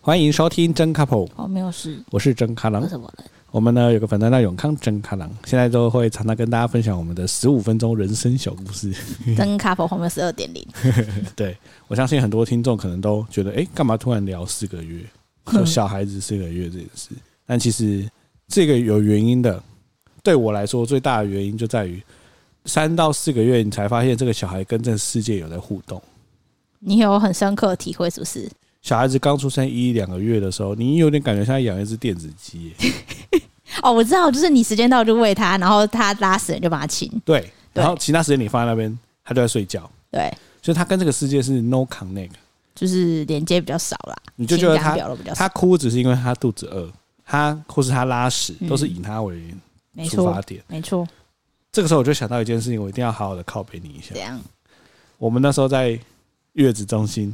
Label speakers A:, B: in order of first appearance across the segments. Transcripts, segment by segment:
A: 欢迎收听真 couple，
B: 哦，没有事，
A: 我是真咖
B: 为
A: 郎。
B: 什么呢？
A: 我们呢有个粉丝叫永康真咖郎，现在都会常常跟大家分享我们的十五分钟人生小故 事。
B: 跟卡佛后面十二点零，
A: 对我相信很多听众可能都觉得，哎、干嘛突然聊四个 月，说小孩子四个月这件事？但其实这个有原因的。对我来说，最大的原因就在于三到四个月，你才发现这个小孩跟这个世界有在互动。
B: 你有很深刻的体会是不是？
A: 小孩子刚出生一两个月的时候，你有点感觉像在养一只电子 鸡耶。
B: 哦，我知道，就是你时间到就喂它，然后它拉屎你就把它亲，
A: 对，
B: 对
A: 然后其他时间你放在那边，他就在睡觉，
B: 对，
A: 所以他跟这个世界是 no connect。
B: 就是连接比较少啦，
A: 你就觉得
B: 情感
A: 他
B: 表露比较少，
A: 他哭只是因为他肚子饿，他或是他拉屎
B: 嗯
A: 都是以他为
B: 没
A: 出发
B: 错，
A: 点。
B: 没错，
A: 这个时候我就想到一件事情，我一定要好好的靠背你一下
B: 这。样，
A: 我们那时候在月子中 心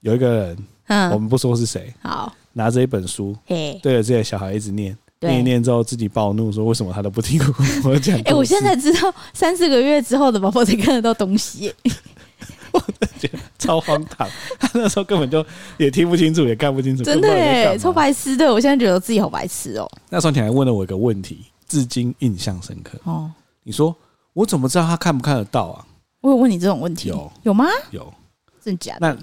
A: 有一个人，啊我
B: 嗯，
A: 们不说是谁，
B: 好，
A: 拿着一本书
B: 嘿，
A: 对着自己的小孩一直念，念一
B: 对。
A: 念之后自己暴怒说：“为什么他都不听我我讲故事？”
B: 哎、我现在知道三四个月之后的宝宝才看得到东西 耶，
A: 超荒唐，他那时候根本就也听不清楚，也看不清楚，
B: 真的
A: 根本不知道你在
B: 哎、
A: 干嘛
B: 超白痴的。我现在觉得我自己好白痴哦、
A: 那时候你还问了我一个问题，至今印象深刻。
B: 哦，
A: 你说我怎么知道他看不看得到啊？
B: 我有问你这种问题，
A: 有
B: 吗？
A: 有，
B: 真的假的？
A: 那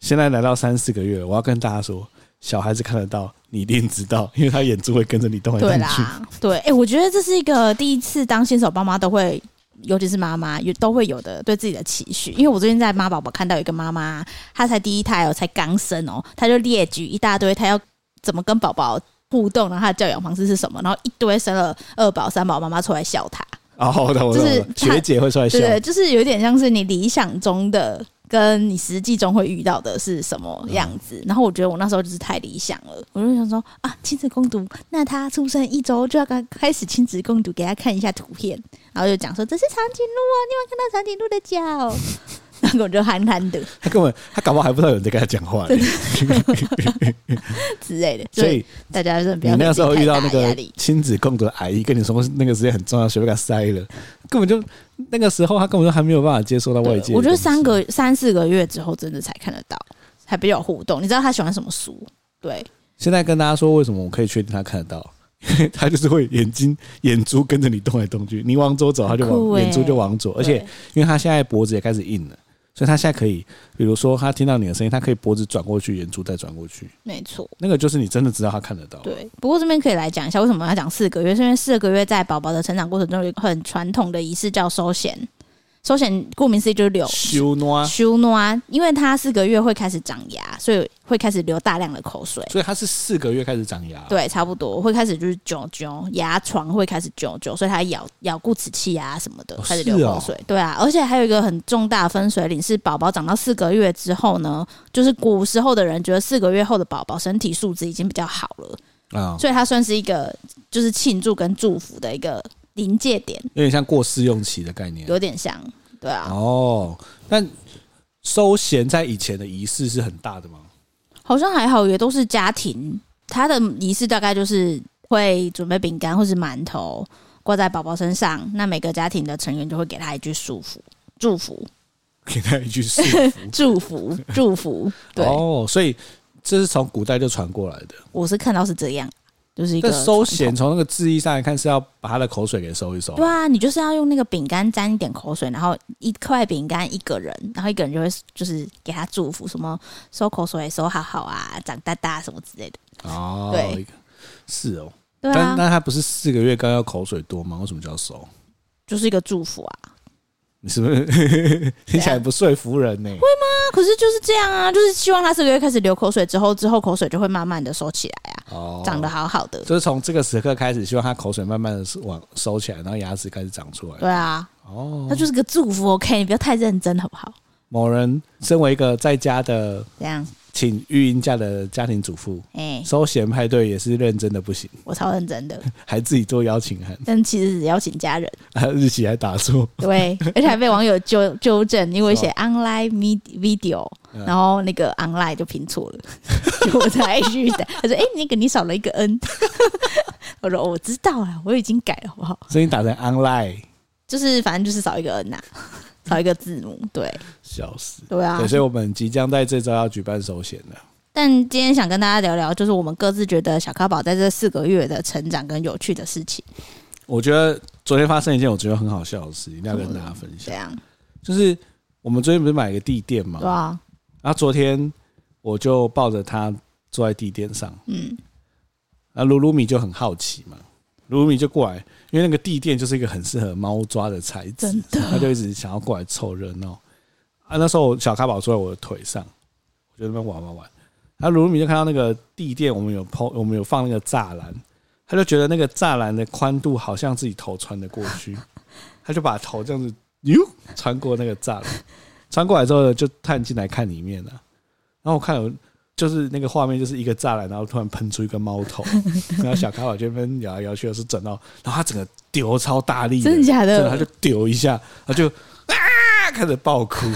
A: 现在来到三四个月了，我要跟大家说，小孩子看得到，你一定知道， 因为他眼珠会跟着你动来
B: 对
A: 动去。
B: 啦， 对，哎、我觉得这是一个第一次当新手爸妈都会，尤其是妈妈有都会有的对自己的期许。因为我最近在妈宝宝看到一个妈妈，她才第一胎哦，才刚生哦，她就列举一大堆，她要怎么跟宝宝互动，然后她的教养方式是什么，然后一堆生了二宝三宝，妈妈出来笑她。
A: 哦，我懂，我懂，
B: 就是
A: 我懂学姐会出来笑
B: 对。对，就是有点像是你理想中的跟你实际中会遇到的是什么样子。然后我觉得我那时候就是太理想了，我就想说啊，亲子共读，那他出生一周就要刚开始亲子共读，给他看一下图片，然后就讲说这是长颈鹿啊，你有没有看到长颈鹿的脚？ 然后我就憨憨的
A: 他根本他搞不好还不知道有人在跟他讲话嘞。
B: 之类的，
A: 所以
B: 大家真的不
A: 你
B: 要给
A: 那
B: 自
A: 时
B: 己
A: 候
B: 太
A: 遇到
B: 大
A: 那
B: 的压
A: 个
B: 力
A: 亲子共读的阿姨跟你说那个时间很重要，学费给他塞了，根本就那个时候他根本就还没有办法接受到外界的
B: 对
A: 东西。
B: 我觉得三个三四个月之后真的才看得到，才比较有互动。你知道他喜欢什么书？对，
A: 现在跟大家说，为什么我可以确定他看得到？因为他就是会眼睛眼珠跟着你动来动去，你往左走，他就
B: 很酷
A: 往、
B: 欸
A: 眼珠就往左，而且
B: 对
A: 因为他现在脖子也开始硬了，所以他现在可以，比如说他听到你的声音，他可以脖子转过去，眼珠再转过去，
B: 没错。
A: 那个就是你真的知道他看得到。
B: 对，不过这边可以来讲一下为什么要讲四个月，是因为四个月在宝宝的成长过程中有一个很传统的仪式叫收弦。收弦顾名思义就是流
A: 修诺，
B: 修诺啊，因为它四个月会开始长牙，所以会开始流大量的口水。
A: 所以他是啊四个月开始长牙，
B: 对，差不多会开始就是啾啾，牙床会开始啾啾，所以它咬咬固齿器啊什么的
A: 哦，
B: 开始流口水。对啊，而且还有一个很重大的分水岭是，宝宝长到四个月之后呢，就是古时候的人觉得四个月后的宝宝身体素质已经比较好了，
A: 啊，
B: 所以它算是一个就是庆祝跟祝福的一个临界点，
A: 有点像过试用期的概念。
B: 有点像，对啊，
A: 哦，但收弦在以前的仪式是很大的吗？
B: 好像还好，也都是家庭，它的仪式大概就是会准备饼干或是馒头挂在宝宝身上，那每个家庭的成员就会给他一句祝福，祝福，
A: 给他一句 祝福
B: 祝福，祝福，对，
A: 哦，所以这是从古代就传过来的。
B: 我是看到是这样，就是一个
A: 但收
B: 传
A: 弦
B: 统。
A: 从那个字义上来看，是要把他的口水给收一收。
B: 对啊，你就是要用那个饼干沾一点口水，然后一块饼干一个人，然后一个人就会就是给他祝福，什么收口水收好好啊，长大大什么之类的。
A: 哦，
B: 对，
A: 是哦。
B: 对
A: 但
B: 啊，
A: 那他不是四个月刚要口水多吗？为什么叫收？
B: 就是一个祝福啊。
A: 你是不是听起来不说服人呢、
B: 那可是就是这样啊，就是希望他这个月开始流口水之后，之后口水就会慢慢的收起来啊，
A: 哦，
B: 长得好好的。
A: 就是从这个时刻开始，希望他口水慢慢的往收起来，然后牙齿开始长出来。
B: 对啊，
A: 哦
B: 那，就是个祝福，OK，你不要太认真好不好？
A: 某人身为一个在家的
B: 这样，
A: 请育婴假的家庭主妇，
B: 哎、
A: 收弦派对也是认真的不行，
B: 我超认真的，
A: 还自己做邀请函，
B: 但其实只邀请家人，
A: 啊日期还打错。
B: 对，而且还被网友纠纠正，因为写 online med- video，
A: 嗯
B: 然后那个 online 就拼错了， 我才去的。他说：“哎、那个你少了一个 n。” 我说：“哦我知道啊，我已经改了，好不好？
A: 所以你打成 online，
B: 就是反正就是少一个 n 呐、少一个字母，对
A: 笑死。
B: 对啊
A: 对，，所以我们即将在这周要举办首选了。
B: 但今天想跟大家聊聊，就是我们各自觉得小咖宝在这四个月的成长跟有趣的事情，
A: 我觉得昨天发生一件我觉得很好笑的事情，一定要跟大家分
B: 这
A: 享。
B: 样
A: 就是我们昨天不是买了个地垫嘛
B: 对，啊，
A: 然后昨天我就抱着它坐在地垫上，
B: 嗯，
A: 然后鲁鲁米就很好奇嘛，鲁鲁米就过来，因为那个地垫就是一个很适合猫抓的材质
B: 真，的
A: 他就一直想要过来凑热闹。啊，那时候我小咖宝坐在我的腿上，我就在那边玩玩玩。然后鲁鲁米就看到那个地垫，我们有抛，我们有放那个栅栏，他就觉得那个栅栏的宽度好像自己头穿得过 去，他就把头这样子哟穿过那个栅栏，穿过来之后呢就探进来看里面了、然后我看有就是那个画面就是一个栅栏，然后突然喷出一个猫 头，然后小卡宝这边摇来摇去的是整到，然后他整个丢超大力，
B: 真的假
A: 真的，他
B: 的？
A: 就丢一下，他就啊开始爆 哭。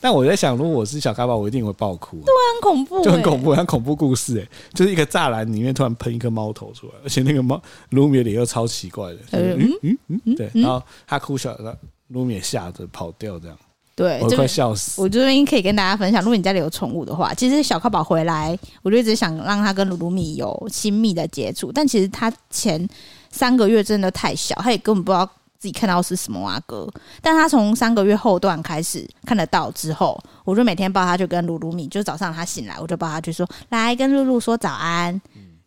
A: 但我在想，如果我是小咖宝，我一定会爆哭、啊，
B: 很恐怖、欸，
A: 就很恐怖，像恐怖故事哎、就是一个栅栏里面突然喷一颗猫头出来，而且那个猫卢米的脸又超奇怪的，
B: 呃
A: 就是嗯嗯嗯，对，
B: 嗯
A: 然后他哭笑，然后卢米也吓得跑掉，这样
B: 对，
A: 我
B: 哎这
A: 快
B: 个
A: 笑死。
B: 我这边可以跟大家分享，如果你家里有宠物的话，其实小咖宝回来，我就一直想让它跟鲁鲁米有亲密的接触，但其实它前三个月真的太小，它也根本不知道自己看到是什么啊哥。但它从三个月后段开始看得到之后，我就每天抱它去跟鲁鲁米，就早上它醒来，我就抱它去说来跟露露说早安，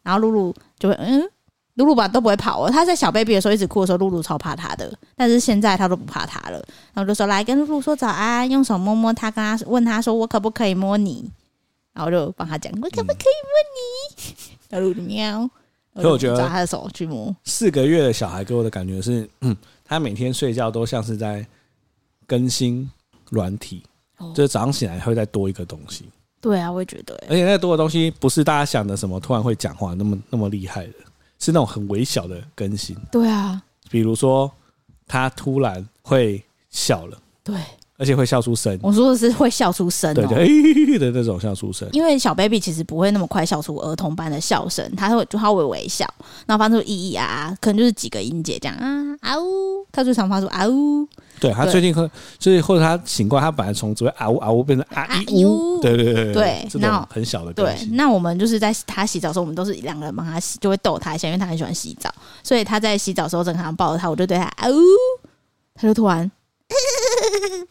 B: 然后露露就会嗯。露露吧都不会跑哦，它在小 baby 的时候一直哭的时候，露露超怕它的，但是现在它都不怕它了。然后我就说来跟露露说早安，用手摸摸她，跟她问她说我可不可以摸你，然后我就帮她讲我可不可以摸你，然后露露喵，
A: 所以我觉得
B: 然后就抓她的手去摸，
A: 四个月的小孩给我的感觉是，嗯，他每天睡觉都像是在更新软体，
B: 哦
A: 就是早上醒来会再多一个东西，
B: 对啊，我也觉得、
A: 而且那个多的东西不是大家想的什么突然会讲话那么那么厉害的，是那种很微小的更新，
B: 对啊，
A: 比如说他突然会笑了，
B: 对，
A: 而且会笑出声，
B: 我说的是会笑出声、哦，
A: 对对、 欸、的那种笑出声，
B: 因为小 baby 其实不会那么快笑出儿童般的笑声，他会就他会微笑，然后发出咿咿啊啊，可能就是几个音节这样啊啊呜，他最常发出啊呜，
A: 对他
B: 对
A: 最近会就是或者他醒过来，他本来从只会啊呜啊呜变成啊
B: 啊
A: 一
B: 一
A: 呜，
B: 呜
A: 对对对
B: 对
A: 这
B: 那
A: 种很小的更
B: 对，
A: 新。
B: 那我们就是在他洗澡的时候，我们都是两个人帮他洗，就会逗他一下，因为他很喜欢洗澡，所以他在洗澡的时候，正常抱着他，我就对他啊呜，他就突然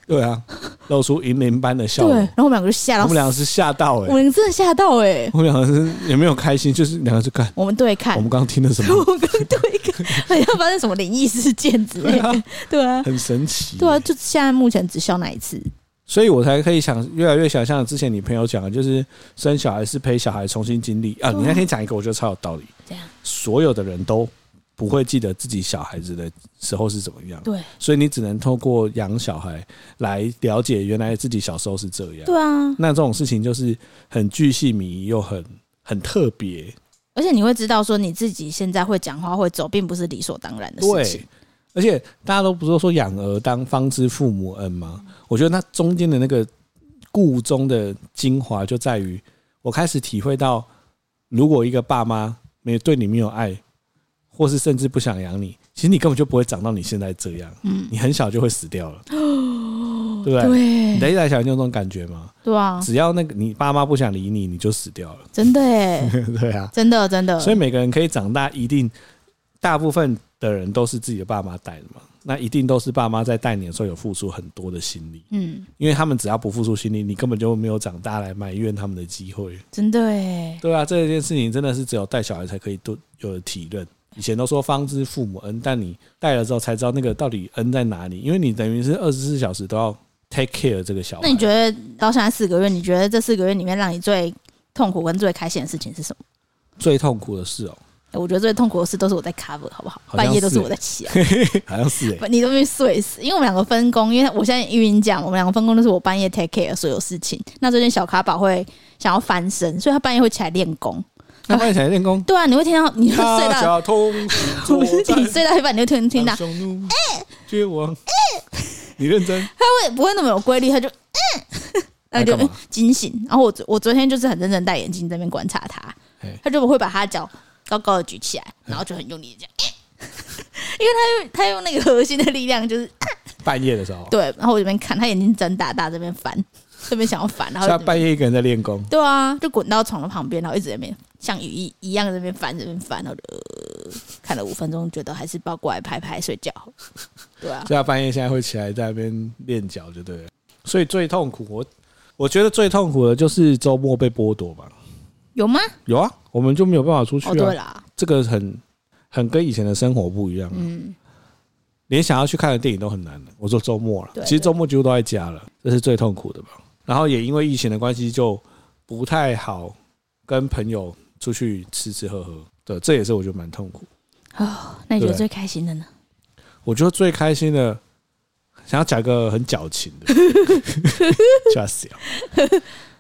A: 对啊，露出银铃般的笑
B: 对，
A: 容
B: 然。后我们两个就吓到，
A: 我们两个是吓到哎、
B: 我们真的吓到哎、
A: 我们两个是也没有开心，就是两个是看
B: 我们对看，
A: 我们刚刚听了什么，
B: 我们对看，好像发生什么灵异事件之类
A: 对 啊
B: 的，对啊，
A: 很神奇、
B: 对啊，就现在目前只笑那一次，
A: 所以我才可以想越来越想象之前你朋友讲的，就是生小孩是陪小孩重新经历啊。
B: 对啊
A: 你那天讲一个，我觉得超有道理。
B: 这样
A: 所有的人都不会记得自己小孩子的时候是怎么样，
B: 对。
A: 所以你只能透过养小孩来了解原来自己小时候是这样。
B: 对啊，
A: 那这种事情就是很巨细靡遗又很很特别，
B: 而且你会知道说你自己现在会讲话会走，并不是理所当然的事情
A: 对。，而且大家都不是说养儿当方知父母恩吗？我觉得那中间的那个故中的精华就在于，我开始体会到，如果一个爸妈没有对你没有爱，或是甚至不想养你，其实你根本就不会长到你现在这样，
B: 嗯，
A: 你很小就会死掉了，对不对？你
B: 对，啊
A: 的一来想就有这种感觉吗？
B: 对啊，
A: 只要那个你爸妈不想理你，你就死掉 了，
B: 真的哎，
A: 对啊。
B: 真的真的，
A: 所以每个人可以长大，一定大部分的人都是自己的爸妈带的嘛，那一定都是爸妈在带你的时候有付出很多的心力，
B: 嗯，
A: 因为他们只要不付出心力，你根本就没有长大来埋怨他们的机会。
B: 真的哎，
A: 对啊，这件事情真的是只有带小孩才可以都有的体认。以前都说方知父母恩，但你带了之后才知道那个到底恩在哪里，因为你等于是二十四小时都要 take care 这个小
B: 那
A: 孩
B: 你。觉得到现在四个月，你觉得这四个月里面让你最痛苦跟最开心的事情是什么？
A: 最痛苦的事哦、
B: 哎我觉得最痛苦的事都是我在 cover，好不好？
A: 好像
B: 半夜都
A: 是
B: 是我在起来，
A: 好像是哎、
B: 不你都被睡死，因为我们两个分工，因为我现在语音讲，我们两个分工都是我半夜 take care 所有事情。那最近小卡宝会想要翻身，所以他半夜会起来练功。
A: 那半夜起来练功，
B: 对啊，你会听到，你会 睡
A: 大
B: 到，
A: 小 通行作
B: 不是
A: 战
B: 你睡哎到一半，你就突然听到，
A: 匈奴，绝望，
B: 哎
A: 你认 真？
B: 他会不会那么有规律？他就嗯，他就
A: 那干嘛
B: 惊醒。然后我昨我昨天就是很认真戴眼镜在那边观察他
A: 嘿，
B: 他就会把他的脚高高的举起来，然后就很用力的讲，欸 因为他用他用 那个核心的力量，就是
A: 半夜的时候，
B: 对。然后我这边看他眼睛睁大大，这边翻，这边想要啊烦，然后
A: 现在半夜一个人在练功，
B: 对啊，就滚到床的旁边，然后一直在那边像雨一一样在那边翻，在那边翻，然后就、呃看了五分钟，觉得还是抱过来拍拍睡觉。对啊，
A: 现在半夜现在会起来在那边练脚，就对了。所以最痛苦，我我觉得最痛苦的就是周末被剥夺吧。
B: 有吗？
A: 有啊，我们就没有办法出去
B: 哦，
A: 啊
B: 对，啦，
A: 这个很很跟以前的生活不一样啊。
B: 嗯，
A: 连想要去看的电影都很难了。我说周末了
B: 对，
A: 其实周末几乎都在家了，这是最痛苦的吧。然后也因为疫情的关系，就不太好跟朋友出去吃吃喝喝。对，这也是我觉得蛮痛苦。
B: 哦，那你觉得
A: 对
B: 最开心的呢？
A: 我觉得最开心的，想要讲一个很矫情的， 吓死了。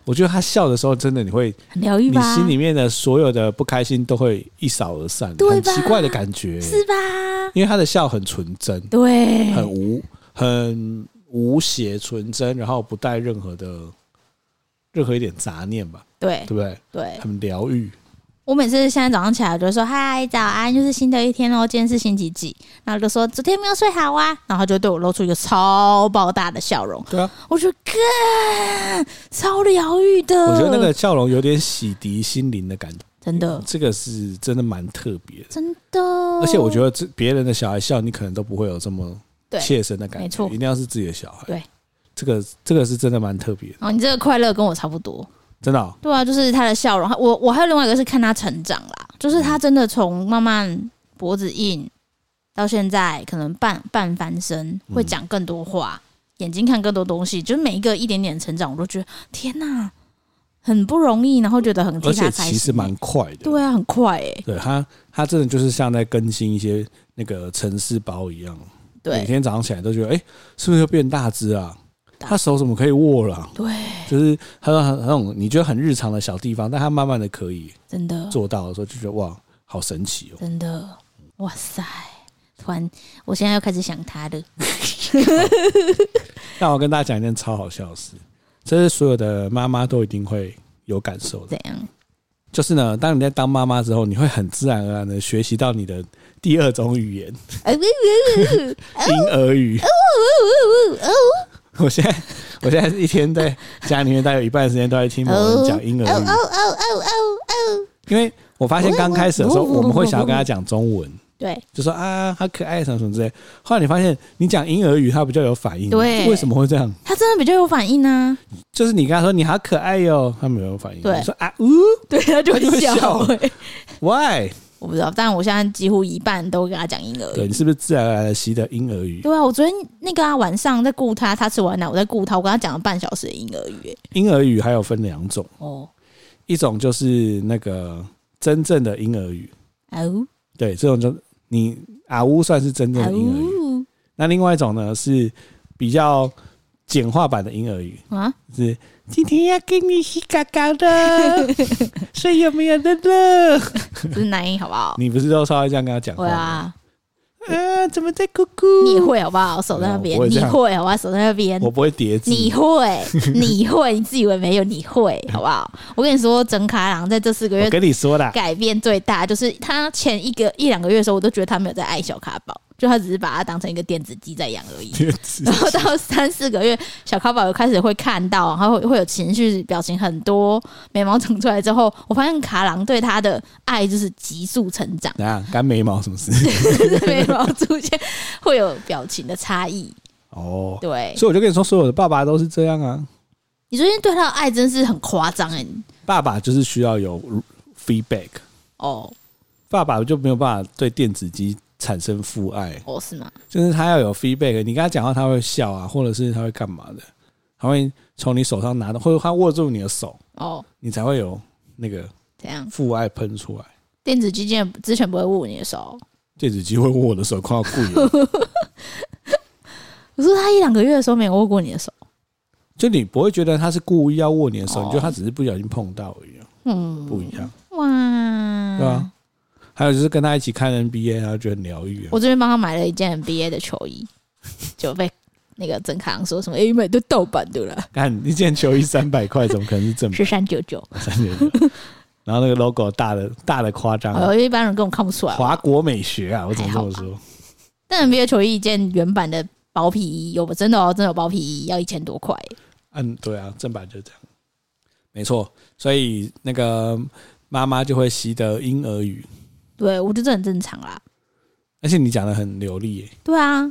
A: 我觉得他笑的时候，真的你会，
B: 很疗愈
A: 你
B: 吧？
A: 心里面的所有的不开心都会一扫而散，
B: 对
A: 很
B: 吧
A: 奇怪的感觉。
B: 是吧？
A: 因为他的笑很纯真，
B: 对，
A: 很无很无邪纯真，然后不带任何的任何一点杂念吧，
B: 对
A: 对不对？
B: 对，
A: 很疗愈。
B: 我每次现在早上起来，我就说嗨，早安，又是新的一天喽，今天是星期几？然后就说昨天没有睡好啊，然后他就对我露出一个超爆大的笑容，
A: 对啊，
B: 我就干，超疗愈的。
A: 我觉得那个笑容有点洗涤心灵的感觉，
B: 真的
A: 这个是真的蛮特别的。
B: 真的，
A: 而且我觉得这别人的小孩笑，你可能都不会有这么
B: 对
A: 切身的感觉，
B: 没错
A: 一定要是自己的小孩。
B: 对，
A: 这个这个是真的蛮特别的，
B: 哦，你这个快乐跟我差不多。
A: 真的哦、
B: 对啊，就是他的笑容。我我还有另外一个是看他成长啦，就是他真的从慢慢脖子硬到现在，可能半半翻身，会讲更多话，眼睛看更多东西，就是每一个一点点成长，我都觉得天哪、很不容易，然后觉得很替
A: 而
B: 他
A: 且
B: 开心、
A: 其实蛮快的。
B: 对啊，很快诶、
A: 对他，他真的就是像在更新一些那个城市包一样，每
B: 对
A: 天早上起来都觉得，哎、是不是又变大只啊？
B: 大哎
A: 他手怎么可以握了啊、
B: 对，
A: 就是他说很那种你觉得很日常的小地方，但他慢慢的可以
B: 真的
A: 做到的时候，就觉得哇，好神奇哦！
B: 真的，哇塞！突然，我现在又开始想他 了。
A: 让我跟大家讲一件超好笑的事，这是所有的妈妈都一定会有感受的
B: 怎，样？
A: 就是呢，当你在当妈妈之后，你会很自然而然的学习到你的第二种语言
B: 哎呜呜呜
A: ——婴儿语。
B: 呜呜呜呜！
A: 我现在，我现在一天在家里面，大概有一半的时间都在听某人讲婴儿语。
B: 哦哦哦！
A: 因为我发现刚开始的时候，我们会想要跟他讲中文，
B: 对
A: 就说啊，他可爱什么什么之类。后来你发现，你讲婴儿语，他比较有反应。
B: 对
A: 为什么会这样？
B: 他真的比较有反应呢、
A: 就是你跟他说你好可爱哟、他没有反应。
B: 对
A: 你说啊呜
B: 对，他就
A: 会笑
B: 欸
A: ，why？
B: 我不知道，但我现在几乎一半都给他讲婴儿
A: 对
B: 语。
A: 你是不是自然而然的习得婴儿语？
B: 对啊，我昨天那个啊晚上在顾他，他吃完奶，我在顾他，我跟他讲了半小时的婴儿语、欸。
A: 婴儿语还有分两种，
B: 哦，
A: 一种就是那个真正的婴儿语，
B: 啊呜
A: 对，这种就你啊呜算是真正
B: 啊
A: 的婴儿语。
B: 呜
A: 那另外一种呢是比较简化版的婴儿语，
B: 啊！
A: 是今天要给你洗嘎嘎的，所以有没有乐乐？
B: 这是男音好不好？
A: 你不是都稍微这样跟他讲话
B: 会
A: 吗？
B: 啊，
A: 啊，怎么在哭哭？
B: 你也会好不好？手在那边，
A: 我也这
B: 你
A: 样
B: 会好不好？手在那边，
A: 我不会叠字，
B: 你会，你会，你自以为没有，你会好不好？我跟你说，整卡郎在这四个月
A: 我跟你说啦，
B: 改变最大，就是他前一个一两个月的时候，我都觉得他没有在爱小卡宝，就他只是把它当成一个电子鸡在养而已。
A: 叠字，
B: 然后到三四个月，小卡宝又开始会看到，然后会会有情绪、表情很多，眉毛长出来之后，我发现卡郎对他的爱就是急速成长
A: 怎样？干眉毛什么事？
B: 眉毛出现会有表情的差异。
A: 哦，
B: 对
A: 所以我就跟你说，所有的爸爸都是这样啊，
B: 你最近对他的爱真是很夸张哎，
A: 爸爸就是需要有 feedback，
B: 哦
A: 爸爸就没有办法对电子机产生父爱，
B: 哦是吗？
A: 就是他要有 feedback，你跟他讲话他会笑啊，或者是他会干嘛的，他会从你手上拿的，或者他握住你的手，
B: 哦，
A: 你才会有那个
B: 怎样？
A: 父爱喷出来。
B: 电子基金之前不会握你的手，
A: 电子机会握我的手，快要故意。
B: 可是他一两个月的时候没有握过你的手。
A: 就你不会觉得他是故意要握你的手，
B: 哦
A: 你觉得他只是不小心碰到而已啊，
B: 嗯，
A: 不一样，
B: 哇，嗯
A: 对啊？还有就是跟他一起看 NBA，然后觉得很疗愈啊。
B: 我这边帮他买了一件 NBA 的球衣， 就被那个曾康说什么“哎、你买的盗版的啦，
A: 看一件球衣三百块，怎么可能是正 版
B: 是三九九
A: 三千九？然后那个 logo 大的大的夸”，张啊，
B: 哦，哎一般人根本看不出来。
A: 华国美学啊，我怎么这么
B: 还
A: 说？
B: 但 NBA 球衣一件原版的薄皮衣，有真的哦，真的有薄皮衣，要一千多块。
A: 嗯，对啊，正版就是这样，没错。所以那个妈妈就会习得婴儿语，
B: 对我觉得这很正常啦。
A: 而且你讲的很流利耶，
B: 对啊，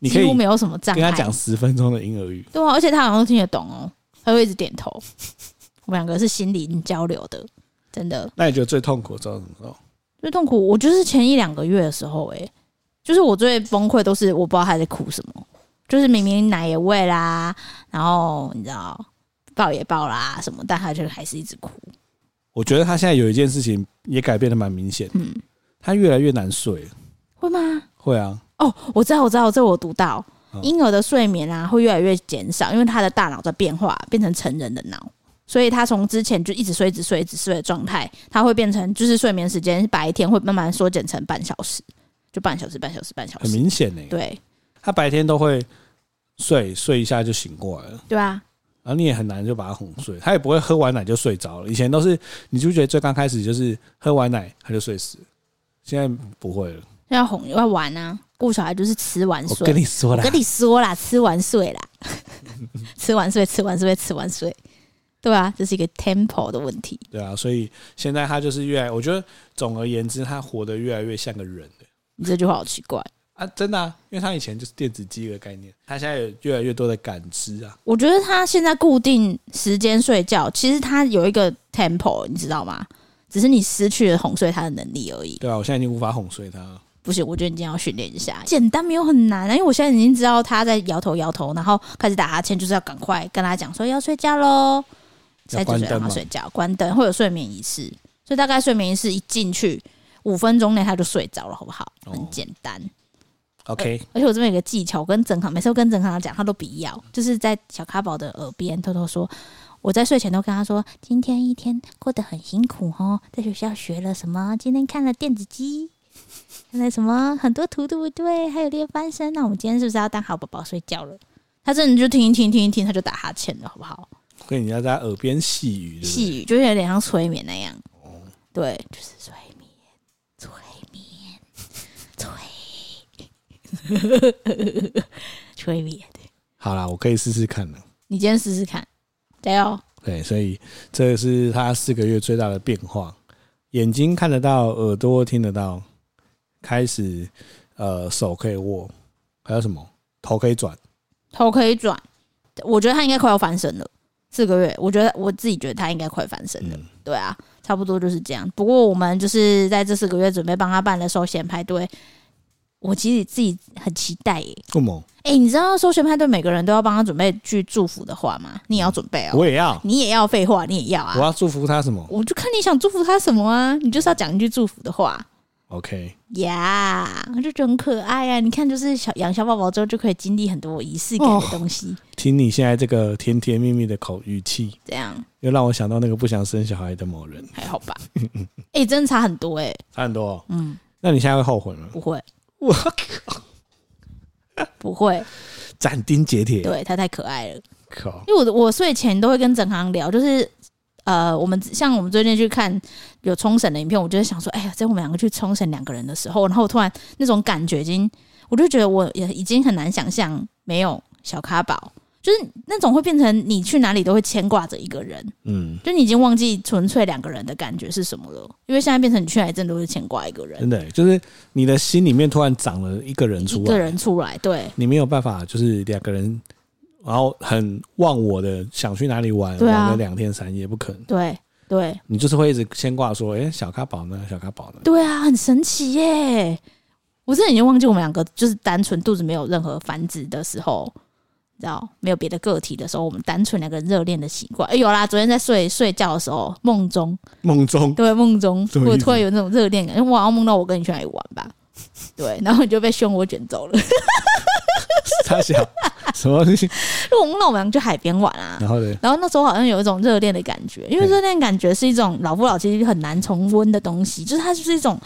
A: 你可以
B: 几乎没有什么障
A: 跟他
B: 碍。
A: 讲十分钟的婴儿语，
B: 对啊，而且他好像都听得懂哦，他会一直点头。我们两个是心灵交流的，真的
A: 那你觉得最痛苦的时候是什么时候？
B: 最痛苦。我就是前一两个月的时候、欸，诶，就是我最崩溃都是我不知道他在哭什么，就是明明奶也喂啦，然后你知道抱也抱啦什么，但他就还是一直哭。
A: 我觉得他现在有一件事情也改变的蛮明显，
B: 嗯，
A: 他越来越难睡了。
B: 会吗？
A: 会啊，
B: 哦，我知道，我知道，这我读到
A: 嗯，
B: 婴儿的睡眠啊会越来越减少，因为他的大脑在变化，变成成人的脑，所以他从之前就一直睡、一直睡、一直睡的状态，他会变成就是睡眠时间白天会慢慢缩减成半小时，就半小时、半小时、半小
A: 很
B: 时。
A: 明显呢、
B: 啊对
A: 他白天都会睡睡一下就醒过来了，
B: 对啊，
A: 然后你也很难就把他哄睡，他也不会喝完奶就睡着了。以前都是，你就觉得最刚开始就是喝完奶他就睡死了，现在不会了。
B: 要哄要玩啊，顾小孩就是吃完
A: 我
B: 睡。
A: 跟你说
B: 我
A: 啦，
B: 跟你说啦，吃完 睡啦，吃完睡，吃完睡，吃完睡，对啊，这是一个 tempo 的问题。
A: 对啊，所以现在他就是越来，我觉得总而言之，他活得越来越像个人了
B: 你这句话好奇怪。
A: 啊，真的啊，因为他以前就是电子鸡的概念，他现在有越来越多的感知啊，
B: 我觉得他现在固定时间睡觉，其实他有一个 tempo，你知道吗？只是你失去了哄睡他的能力而已。
A: 对啊，我现在已经无法哄睡他了，
B: 不行，我觉得你今天要训练一下，简单没有很难啊。因为我现在已经知道他在摇头摇头，然后开始打哈欠，就是要赶快跟他讲说要睡觉喽，
A: 要
B: 现在啊
A: 关
B: 就是
A: 灯
B: 让他
A: 嘛，
B: 睡觉，关灯会有睡眠仪式，所以大概睡眠仪式一进去五分钟内他就睡着了，好不好？
A: 哦
B: 很简单。
A: OK，
B: 而且我这边有个技巧，我跟整行每次我跟整行讲，他都不要，就是在小咖宝的耳边偷偷说。我在睡前都跟他说，今天一天过得很辛苦哦，在学校学了什么？今天看了电子鸡， 看了什么很多图，对不对？还有练翻身。那我们今天是不是要当好宝宝睡觉了？他真的就听一听，听一听，他就打哈欠了，好不好？
A: 跟人家在耳边细语，对不对
B: 细语就是哦有点像催眠那样，对，就是催眠，催眠，催， 催眠。
A: 好啦，我可以试试看了。
B: 你今天试试看，加油！
A: 对，所以这个是他四个月最大的变化，眼睛看得到，耳朵听得到，开始呃手可以握，还有什么头可以转，
B: 头可以转，我觉得他应该快要翻身了。四个月，我觉得我自己觉得他应该快翻身了。
A: 嗯，
B: 对啊，差不多就是这样。不过我们就是在这四个月准备帮他办的寿险派对，我其实自己很期待耶。
A: 不猛，
B: 哎、你知道寿险派对每个人都要帮他准备句祝福的话吗？你也要准备哦，
A: 我也要，
B: 你也要废话，你也要
A: 我
B: 啊。
A: 要祝福他什么
B: 我就看你想祝福他什么啊，你就是要讲一句祝福的话。
A: ？OK，
B: 呀就觉得很可爱啊！你看，就是小养小宝宝之后就可以经历很多仪式感的东西，
A: 听你现在这个甜甜蜜蜜的口语气，
B: 这样
A: 又让我想到那个不想生小孩的某人，
B: 还好吧？ 哎、真的差很多哎、
A: 差很多、哦。
B: 嗯，
A: 那你现在会后悔吗？
B: 不会，
A: 我
B: 不会，
A: 斩钉截铁，
B: 对他太可爱了。
A: 靠，
B: 因为我我睡前都会跟整行聊，就是呃，我们像我们最近去看有冲绳的影片，我就会想说，哎呀，在我们两个去冲绳两个人的时候，然后我突然那种感觉已经，我就觉得我也已经很难想象没有小咖宝，就是那种会变成你去哪里都会牵挂着一个人。
A: 嗯，
B: 就你已经忘记纯粹两个人的感觉是什么了，因为现在变成你去哪里真的都是牵挂一个人
A: 真，的欸就是你的心里面突然长了一个人出
B: 一
A: 来，
B: 个人出来，对
A: 你没有办法，就是两个人，然后很忘我的想去哪里玩，
B: 对啊
A: 玩个两天三夜不可能。
B: 对对
A: 你就是会一直牵挂说，哎、小咖宝呢？小咖宝呢？
B: 对啊，很神奇耶！我真的已经忘记我们两个就是单纯肚子没有任何繁殖的时候，你知道没有别的个体的时候，我们单纯两个人热恋的习惯。哎、有啦，昨天在睡睡觉的时候，梦中
A: 梦中
B: 对梦中，
A: 什么意思
B: 我突然有那种热恋感，因为我好像梦到我跟你去哪里玩吧，对，然后你就被漩涡卷走了，
A: 他想什么东西？
B: 因为我梦到我们俩去海边玩啊，
A: 然后呢？
B: 然后那时候好像有一种热恋的感觉，因为
A: 嗯
B: 热恋感觉是一种老夫老妻很难重温的东西，就是它就是一种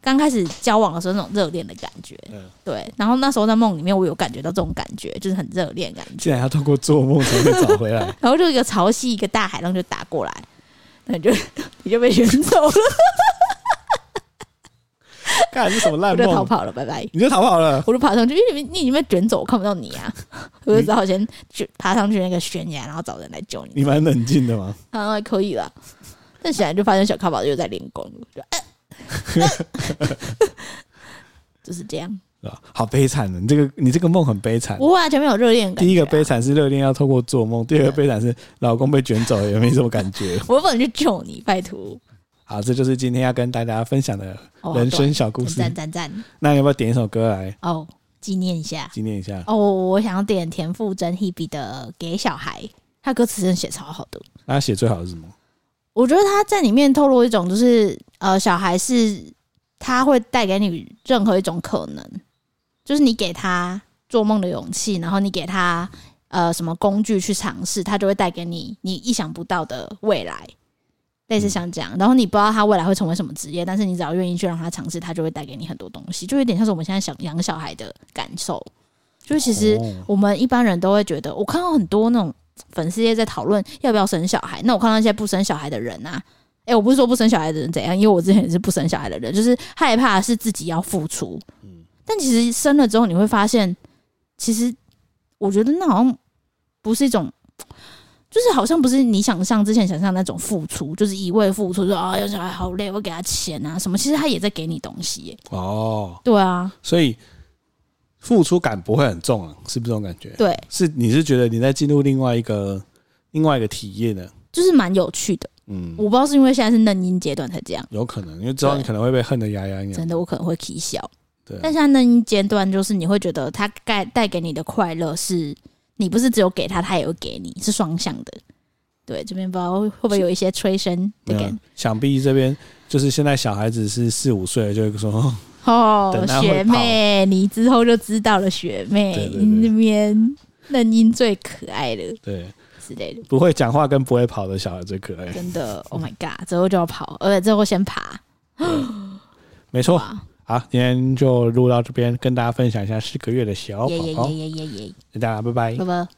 B: 刚开始交往的时候那种热恋的感觉。
A: 嗯
B: 对，然后那时候在梦里面，我有感觉到这种感觉，就是很热恋感
A: 竟
B: 觉。，
A: 然要通过做梦才能找回来
B: 然后就一个潮汐，一个大海浪就打 过来，那你就你就被卷走了。
A: 干这什么烂
B: 我就逃
A: 梦？
B: 跑了，拜 拜。
A: 你就逃跑了？
B: 我就爬上去，因为你你已经被卷走，我看不到你啊，我就只好先去爬上去那个悬崖，然后找人来救你。
A: 你蛮冷静的嘛。
B: 啊，还可以啦。但显然就发现小咖宝又在练功，我就、呃呃 就是这样。
A: 是吧？好悲惨的，你这个你这个梦很悲惨。
B: 不会啊，啊前面有热恋感、
A: 第一个悲，惨是热恋要透过做梦，第二个悲惨是老公被卷走也没什么感觉。
B: 我又不能去救你，拜托。
A: 好，这就是今天要跟大家分享的
B: 哦，
A: 人
B: 好
A: 生小故
B: 短
A: 事。
B: 赞赞赞
A: 那你要不要点一首歌来
B: 哦，纪念一下
A: 纪念一下？
B: 哦。我想要点田馥甄 Hebe 的《给小孩》，他歌词真的写超好的。
A: 那他写最好的是什么？
B: 我觉得他在里面透露一种，就是呃，小孩是他会带给你任何一种可能，就是你给他做梦的勇气，然后你给他呃什么工具去尝试，他就会带给你你意想不到的未来，类似像这样。然后你不知道他未来会成为什么职业，但是你只要愿意去让他尝试，他就会带给你很多东西，就有点像是我们现在想养小孩的感受。就是其实
A: 哦
B: 我们一般人都会觉得，我看到很多那种粉丝也在讨论要不要生小孩。那我看到一些不生小孩的人啊，诶、我不是说不生小孩的人怎样，因为我之前也是不生小孩的人，就是害怕是自己要付出。但其实生了之后，你会发现，其实我觉得那好像不是一种。就是好像不是你想象之前想象那种付出，就是一味付出，说啊要小孩好累，我给他钱啊什么。其实他也在给你东西耶、
A: 哦，
B: 对啊，
A: 所以付出感不会很重啊，是不是这种感觉？
B: 对，
A: 是你是觉得你在进入另外一个另外一个体验的？
B: 就是蛮有趣的。
A: 嗯，
B: 我不知道是因为现在是嫩婴阶段才这样。
A: 有可能，因为之后你
B: 对
A: 可能会被恨得牙痒
B: 真
A: 痒。
B: 的我可能会起笑。
A: 对，
B: 但现在那一阶段，就是你会觉得他带带给你的快乐是，你不是只有给他，他也会给你，是双向的。对，这边不知道会不会有一些催生
A: 没
B: 的
A: 有
B: 感觉
A: 想必这边就是现在小孩子是四五岁了，就会说 哦
B: 哦
A: 等，他会
B: 学妹，你之后就知道了，学
A: 对
B: 妹，
A: 对对
B: 你那边嫩音最可爱了
A: 对，
B: 之类的，
A: 不会讲话跟不会跑的小孩最可爱。
B: 真的，Oh my god，之后就要跑，而且之后先爬，
A: 没错，
B: 哇
A: 好，今天就录到这边，跟大家分享一下四个月的小宝
B: 耶耶
A: 宝
B: 耶，耶耶耶，
A: 大家拜拜
B: 拜。拜。